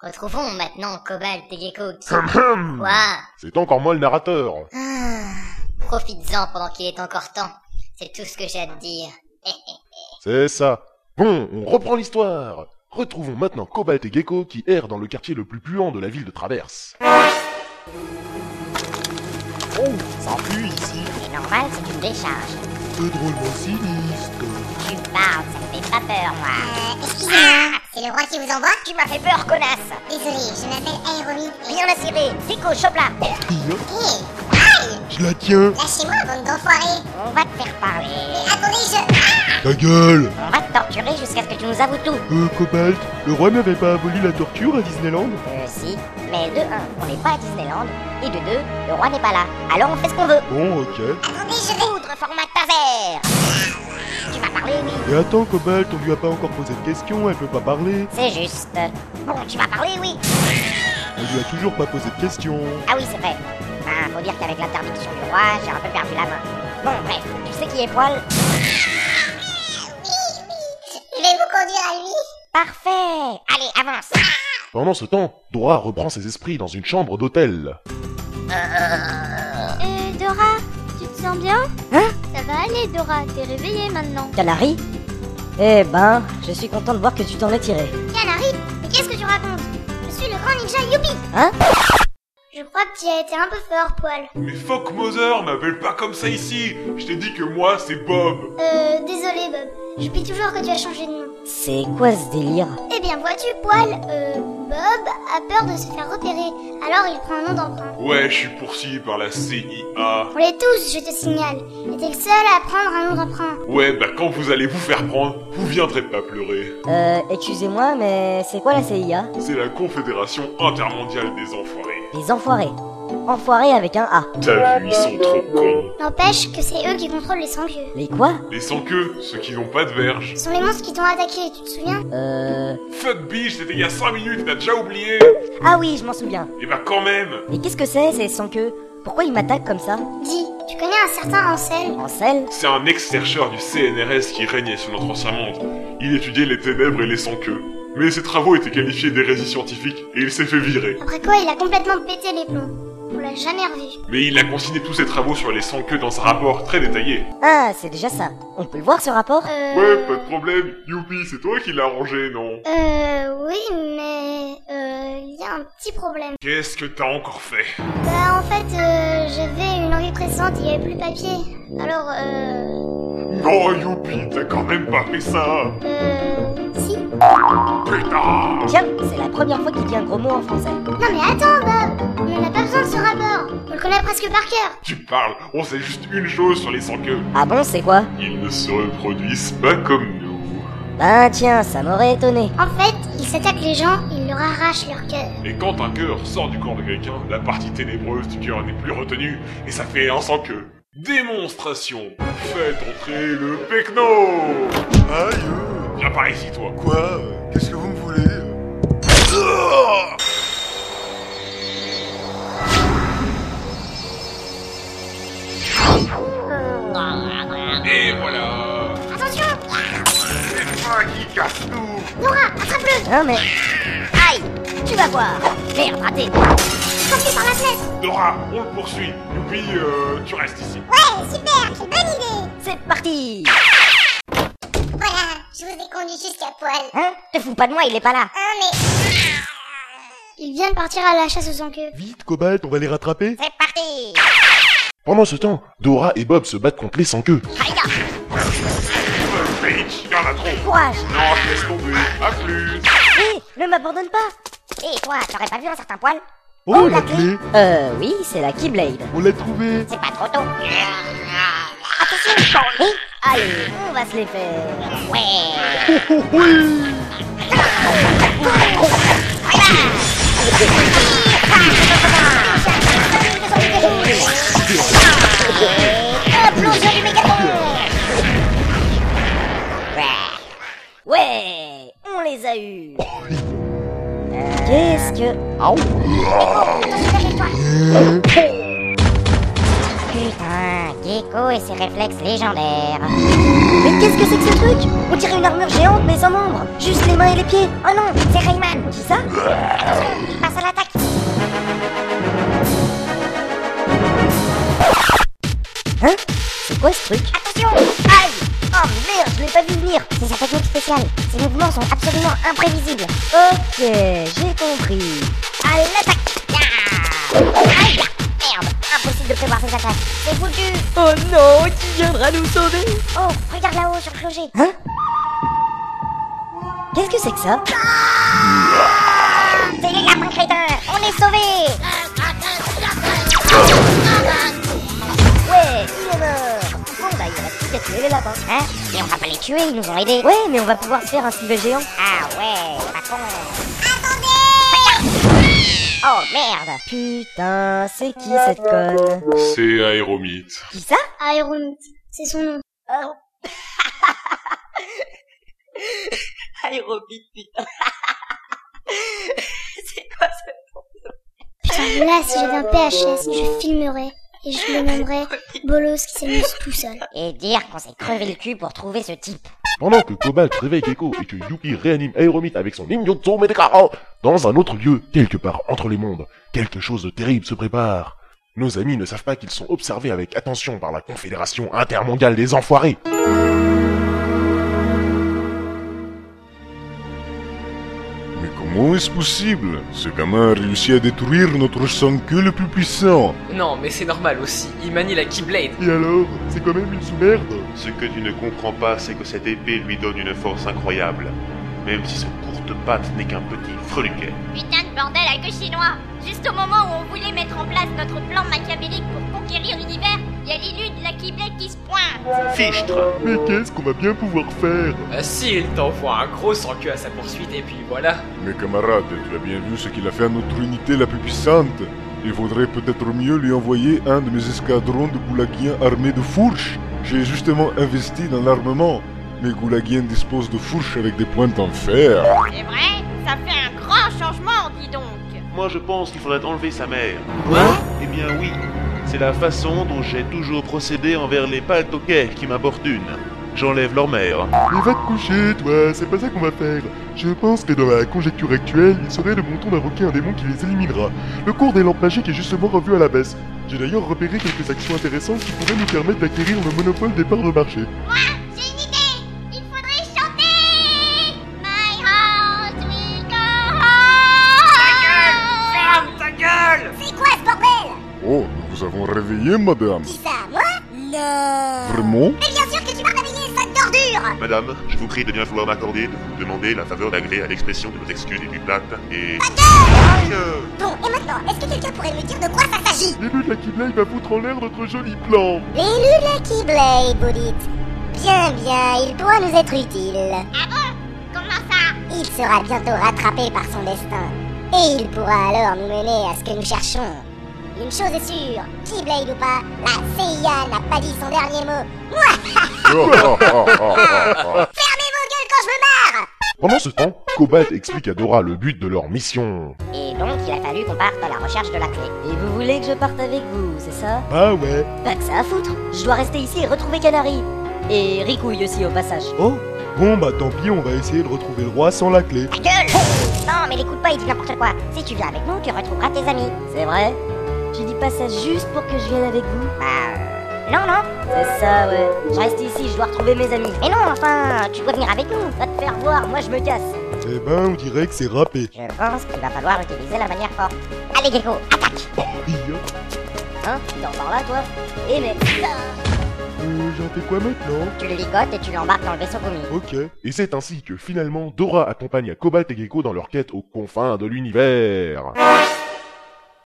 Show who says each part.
Speaker 1: Retrouvons maintenant Cobalt et Gecko qui...
Speaker 2: Hum, hum.
Speaker 1: Quoi
Speaker 2: C'est encore moi le narrateur.
Speaker 1: Ah, Profites-en pendant qu'il est encore temps. C'est tout ce que j'ai à te dire. Eh, eh.
Speaker 2: C'est ça. Bon, on reprend l'histoire. Retrouvons maintenant Cobalt et Gecko qui errent dans le quartier le plus puant de la ville de Traverse.
Speaker 3: Oh, ça pue ici.
Speaker 1: C'est normal, c'est une décharge.
Speaker 3: C'est drôlement sinistre.
Speaker 1: Tu parles, ça me fait pas peur, moi. Ah,
Speaker 4: Euh, excusez-moi, c'est le roi qui vous envoie
Speaker 1: Tu m'as fait peur, connasse
Speaker 4: Désolé, je m'appelle Aéromite et...
Speaker 1: Viens la serrer Zico, chope-la
Speaker 3: Parti, hein
Speaker 4: Hé Aïe
Speaker 3: Je la tiens.
Speaker 4: Lâchez-moi, bande d'enfoirés
Speaker 1: On va te faire parler
Speaker 4: Attendez, je... Ah
Speaker 3: Ta gueule
Speaker 1: On va te torturer jusqu'à ce que tu nous avoues tout
Speaker 3: Euh, Cobalt, le roi n'avait pas aboli la torture à Disneyland
Speaker 1: Euh, si. Mais de 1, on n'est pas à Disneyland, et de 2, le roi n'est pas là. Alors on fait ce qu'on veut
Speaker 3: Bon, ok.
Speaker 4: Attendez, je vais...
Speaker 1: Poudre format taser Tu vas parler, oui
Speaker 3: Et attends, Cobalt, on lui a pas encore posé de questions, elle peut pas parler.
Speaker 1: C'est juste. Bon, tu vas parler, oui
Speaker 3: On lui a toujours pas posé de questions.
Speaker 1: Ah oui, c'est vrai. Ben, faut dire qu'avec l'interdiction du roi, j'ai un peu perdu la main. Bon, bref, tu sais qui est poil
Speaker 4: Je vais vous conduire à lui
Speaker 1: Parfait Allez, avance
Speaker 2: Pendant ce temps, Dora reprend ses esprits dans une chambre d'hôtel.
Speaker 5: Euh, Dora, tu te sens bien Ça va aller, Dora, t'es réveillée maintenant.
Speaker 6: Canary Eh ben, je suis content de voir que tu t'en es tiré.
Speaker 5: Canary, mais qu'est-ce que tu racontes Je suis le grand ninja Yubi
Speaker 6: Hein
Speaker 5: Je crois que tu as été un peu fort, poil.
Speaker 7: Mais fuck Mother, m'appelle pas comme ça ici Je t'ai dit que moi, c'est Bob
Speaker 5: Euh, désolé, Bob. J'oublie toujours que tu as changé de nom.
Speaker 6: C'est quoi ce délire
Speaker 5: Eh bien, vois-tu, poil, euh, Bob a peur de se faire repérer, alors il prend un nom d'emprunt.
Speaker 7: Ouais, je suis poursuivi par la CIA.
Speaker 5: On l'est tous, je te signale. Et t'es le seul à prendre un nom d'emprunt.
Speaker 7: Ouais, bah quand vous allez vous faire prendre, vous viendrez pas pleurer.
Speaker 6: Euh, excusez-moi, mais c'est quoi la CIA
Speaker 7: C'est la Confédération Intermondiale des Enfoirés.
Speaker 6: Les enfoirés. Enfoirés avec un A.
Speaker 7: T'as vu, ils sont trop cons.
Speaker 5: N'empêche que c'est eux qui contrôlent les sang-vieux.
Speaker 6: Les quoi
Speaker 7: Les sans-queues, ceux qui n'ont pas de verge.
Speaker 5: Ce sont les monstres qui t'ont attaqué, tu te souviens
Speaker 6: Euh...
Speaker 7: Fuck biche, c'était il y a 5 minutes, t'as déjà oublié
Speaker 6: Ah oui, je m'en souviens.
Speaker 7: Et bah quand même
Speaker 6: Mais qu'est-ce que c'est, ces sans queue Pourquoi ils m'attaquent comme ça
Speaker 5: Dis, tu connais un certain Ansel
Speaker 6: En selle
Speaker 7: C'est un ex-chercheur du CNRS qui régnait sur notre ancien monde. Il étudiait les ténèbres et les sans-queues. Mais ses travaux étaient qualifiés d'hérésie scientifique et il s'est fait virer.
Speaker 5: Après quoi, il a complètement pété les plombs. On l'a jamais revu.
Speaker 7: Mais il a consigné tous ses travaux sur les sans-queues dans un rapport très détaillé.
Speaker 6: Ah, c'est déjà ça. On peut le voir, ce rapport
Speaker 5: Euh...
Speaker 7: Ouais, pas de problème. Youpi, c'est toi qui l'as rangé, non
Speaker 5: Euh... Oui, mais... Euh... Il y a un petit problème.
Speaker 7: Qu'est-ce que t'as encore fait
Speaker 5: Bah, en fait, euh, j'avais une envie pressante, il y avait plus de papier. Alors, euh...
Speaker 7: Non, Youpi, t'as quand même pas fait ça
Speaker 5: Euh... Si.
Speaker 7: Putain
Speaker 6: Tiens, c'est la première fois qu'il dit un gros mot en français.
Speaker 5: Non mais attends, Bob On n'a pas besoin de ce rapport. On le connaît presque par cœur.
Speaker 7: Tu parles, on sait juste une chose sur les sans-queues.
Speaker 6: Ah bon, c'est quoi
Speaker 7: Ils ne se reproduisent pas comme nous.
Speaker 6: Ben tiens, ça m'aurait étonné.
Speaker 5: En fait, ils s'attaquent les gens, ils leur arrachent leur cœur.
Speaker 7: Et quand un cœur sort du corps de quelqu'un, la partie ténébreuse du cœur n'est plus retenue, et ça fait un sans-queue. Démonstration Faites entrer le pecno
Speaker 3: Aïe euh,
Speaker 7: Viens par ici, toi
Speaker 3: Quoi euh, Qu'est-ce que vous me voulez euh
Speaker 7: Et voilà
Speaker 5: Attention
Speaker 7: C'est toi qui casse tout
Speaker 5: Nora, attrape-le
Speaker 6: Hein, mais...
Speaker 1: Aïe Tu vas voir Merde, raté
Speaker 5: Sortez par la fenêtre
Speaker 7: Dora, on le poursuit Youpi, euh, tu restes ici.
Speaker 4: Ouais, super, c'est une bonne idée
Speaker 6: C'est parti
Speaker 4: Voilà, je vous ai conduit jusqu'à poil.
Speaker 1: Hein Te fous pas de moi, il est pas là
Speaker 5: Ah,
Speaker 4: Hein, mais...
Speaker 5: Ils viennent partir à la chasse aux enqueux.
Speaker 3: Vite, Cobalt, on va les rattraper
Speaker 1: C'est parti
Speaker 2: Pendant ce temps, Dora et Bob se battent contre les sans queues.
Speaker 1: Aïe
Speaker 7: Fuck, bitch, il y en a trop
Speaker 6: Courage
Speaker 7: Non, je laisse tomber, à plus
Speaker 6: Hé, ne m'abandonne pas
Speaker 1: Et toi, t'aurais pas vu un certain poil
Speaker 3: Oh, la clé
Speaker 6: Euh, oui, c'est la Keyblade.
Speaker 3: On l'a trouvée
Speaker 1: C'est pas trop tôt
Speaker 6: Allez, on va se les faire.
Speaker 1: Ouais
Speaker 7: Oh,
Speaker 6: Ouais, on les a eus. Qu'est-ce que...
Speaker 3: Aouh
Speaker 5: Attention derrière toi
Speaker 6: Hé,
Speaker 1: Putain, Gecko et ses réflexes légendaires.
Speaker 6: Mais qu'est-ce que c'est que ce truc On dirait une armure géante mais sans membres, juste les mains et les pieds.
Speaker 1: Oh non, c'est Rayman
Speaker 6: Qui ça
Speaker 1: Il passe à l'attaque
Speaker 6: Hein C'est quoi ce truc
Speaker 1: Attention Aïe Oh merde, je l'ai pas vu venir C'est sa technique spéciale. Ses mouvements sont absolument imprévisibles.
Speaker 6: Ok, j'ai compris.
Speaker 1: À l'attaque Ah Aïe Merde Impossible de prévoir ses attaques. C'est foutu
Speaker 6: Oh non, qui viendra nous sauver
Speaker 1: Oh, regarde là-haut sur le clocher
Speaker 6: Hein Qu'est-ce que c'est que ça
Speaker 1: Ah, C'est les lapins crétins On est sauvés
Speaker 6: Ouais, il est mort Bon bah, il reste plus qu'à tuer les lapins.
Speaker 1: Hein Mais on va pas les tuer, ils nous ont aidés
Speaker 6: Ouais, mais on va pouvoir se faire un civet géant.
Speaker 1: Ah ouais, pas con Attendez Oh merde
Speaker 6: Putain, c'est qui cette conne
Speaker 8: C'est Aéromite.
Speaker 6: Qui ça
Speaker 9: Aéromite, c'est son nom.
Speaker 10: Oh. Aérobie, putain. c'est quoi Oh. ce
Speaker 9: Putain, là, si j'avais un PHS, je filmerais et je le nommerais Bolos qui s'amuse tout seul.
Speaker 1: Et dire qu'on s'est crevé le cul pour trouver ce type.
Speaker 7: Pendant que Cobalt réveille Gecko et que Yuki réanime Aeromith avec son Nimyotsu Medekara, dans un autre lieu, quelque part entre les mondes, quelque chose de terrible se prépare. Nos amis ne savent pas qu'ils sont observés avec attention par la Confédération Intermondiale des Enfoirés.
Speaker 11: Mais comment est-ce possible Ce gamin a réussi à détruire notre Sanku le plus puissant.
Speaker 12: Non, mais c'est normal aussi, il manie la Keyblade.
Speaker 13: Et alors C'est quand même une sous-merde
Speaker 14: Ce que tu ne comprends pas, c'est que cette épée lui donne une force incroyable, même si ses courtes pattes n'est qu'un petit freluquet.
Speaker 5: Putain de bordel à queue chinois Juste au moment où on voulait mettre en place notre plan machiavélique pour conquérir l'univers, il y a l'illu de la Keyblade qui se pointe
Speaker 14: Fichtre
Speaker 13: Mais qu'est-ce qu'on va bien pouvoir faire
Speaker 12: Euh, si, il t'envoie un gros sans queue à sa poursuite et puis voilà.
Speaker 11: Mes camarades, tu as bien vu ce qu'il a fait à notre unité la plus puissante. Il vaudrait peut-être mieux lui envoyer un de mes escadrons de goulaguiens armés de fourches. J'ai justement investi dans l'armement. Mes goulaguiens disposent de fourches avec des pointes en fer.
Speaker 5: C'est vrai Ça fait un grand changement, dis donc
Speaker 14: Moi je pense qu'il faudrait enlever sa mère. Eh bien oui, c'est la façon dont j'ai toujours procédé envers les paltoquets qui m'importunent. J'enlève leur mère.
Speaker 13: Mais va te coucher, toi, c'est pas ça qu'on va faire. Je pense que dans la conjecture actuelle, il serait le monton d'invoquer un démon qui les éliminera. Le cours des lampes magiques est justement revu à la baisse. J'ai d'ailleurs repéré quelques actions intéressantes qui pourraient nous permettre d'acquérir le monopole des parts de marché.
Speaker 5: J'ai une idée Il faudrait chanter My heart will go on
Speaker 10: Ferme ta gueule
Speaker 5: C'est quoi ce bordel
Speaker 11: Oh, nous vous avons réveillé, madame.
Speaker 5: Qui ça, moi Non
Speaker 11: Vraiment
Speaker 5: Mais bien sûr que tu m'as réveillé, sac d'ordure
Speaker 14: Madame, je vous prie de bien vouloir m'accorder de vous demander la faveur d'agréer à l'expression de vos excuses les plus plates et... Aïe
Speaker 5: Bon, et maintenant, est-ce que quelqu'un pourrait me dire de quoi ça s'agit
Speaker 13: L'élu de la Keyblade va foutre en l'air notre joli plan.
Speaker 1: L'élu de la Keyblade, vous dites Bien, bien, il doit nous être utile.
Speaker 5: Comment ça
Speaker 1: Il sera bientôt rattrapé par son destin. Et il pourra alors nous mener à ce que nous cherchons. Une chose est sûre, Keyblade ou pas, la CIA n'a pas dit son dernier mot.
Speaker 11: Ah,
Speaker 7: Pendant ce temps, Cobalt explique à Dora le but de leur mission.
Speaker 1: Et donc, il a fallu qu'on parte à la recherche de la clé.
Speaker 6: Et vous voulez que je parte avec vous, c'est ça
Speaker 13: Bah ouais.
Speaker 6: Pas que ça à foutre Je dois rester ici et retrouver Canary. Et Ricouille aussi au passage.
Speaker 13: Oh Bon bah tant pis, on va essayer de retrouver le roi sans la clé.
Speaker 1: Ta gueule Non, mais l'écoute pas, il dit n'importe quoi. Si tu viens avec nous, tu retrouveras tes amis.
Speaker 6: C'est vrai Tu dis pas ça juste pour que je vienne avec vous
Speaker 1: Bah, euh, non, non.
Speaker 6: C'est ça, ouais. Je reste ici, je dois retrouver mes amis.
Speaker 1: Mais non, enfin, tu dois venir avec nous.
Speaker 6: Va te faire voir, moi je me casse.
Speaker 13: Eh ben, on dirait que c'est râpé.
Speaker 1: Je pense qu'il va falloir utiliser la manière forte. Allez, Gecko, attaque
Speaker 6: Hein Tu dors par là, toi Eh mais,
Speaker 13: Euh, j'en fais quoi maintenant
Speaker 1: Tu le ligotes et tu l'embarques dans le vaisseau commun.
Speaker 13: Ok.
Speaker 7: Et c'est ainsi que finalement Dora accompagne Cobalt et Gecko dans leur quête aux confins de l'univers.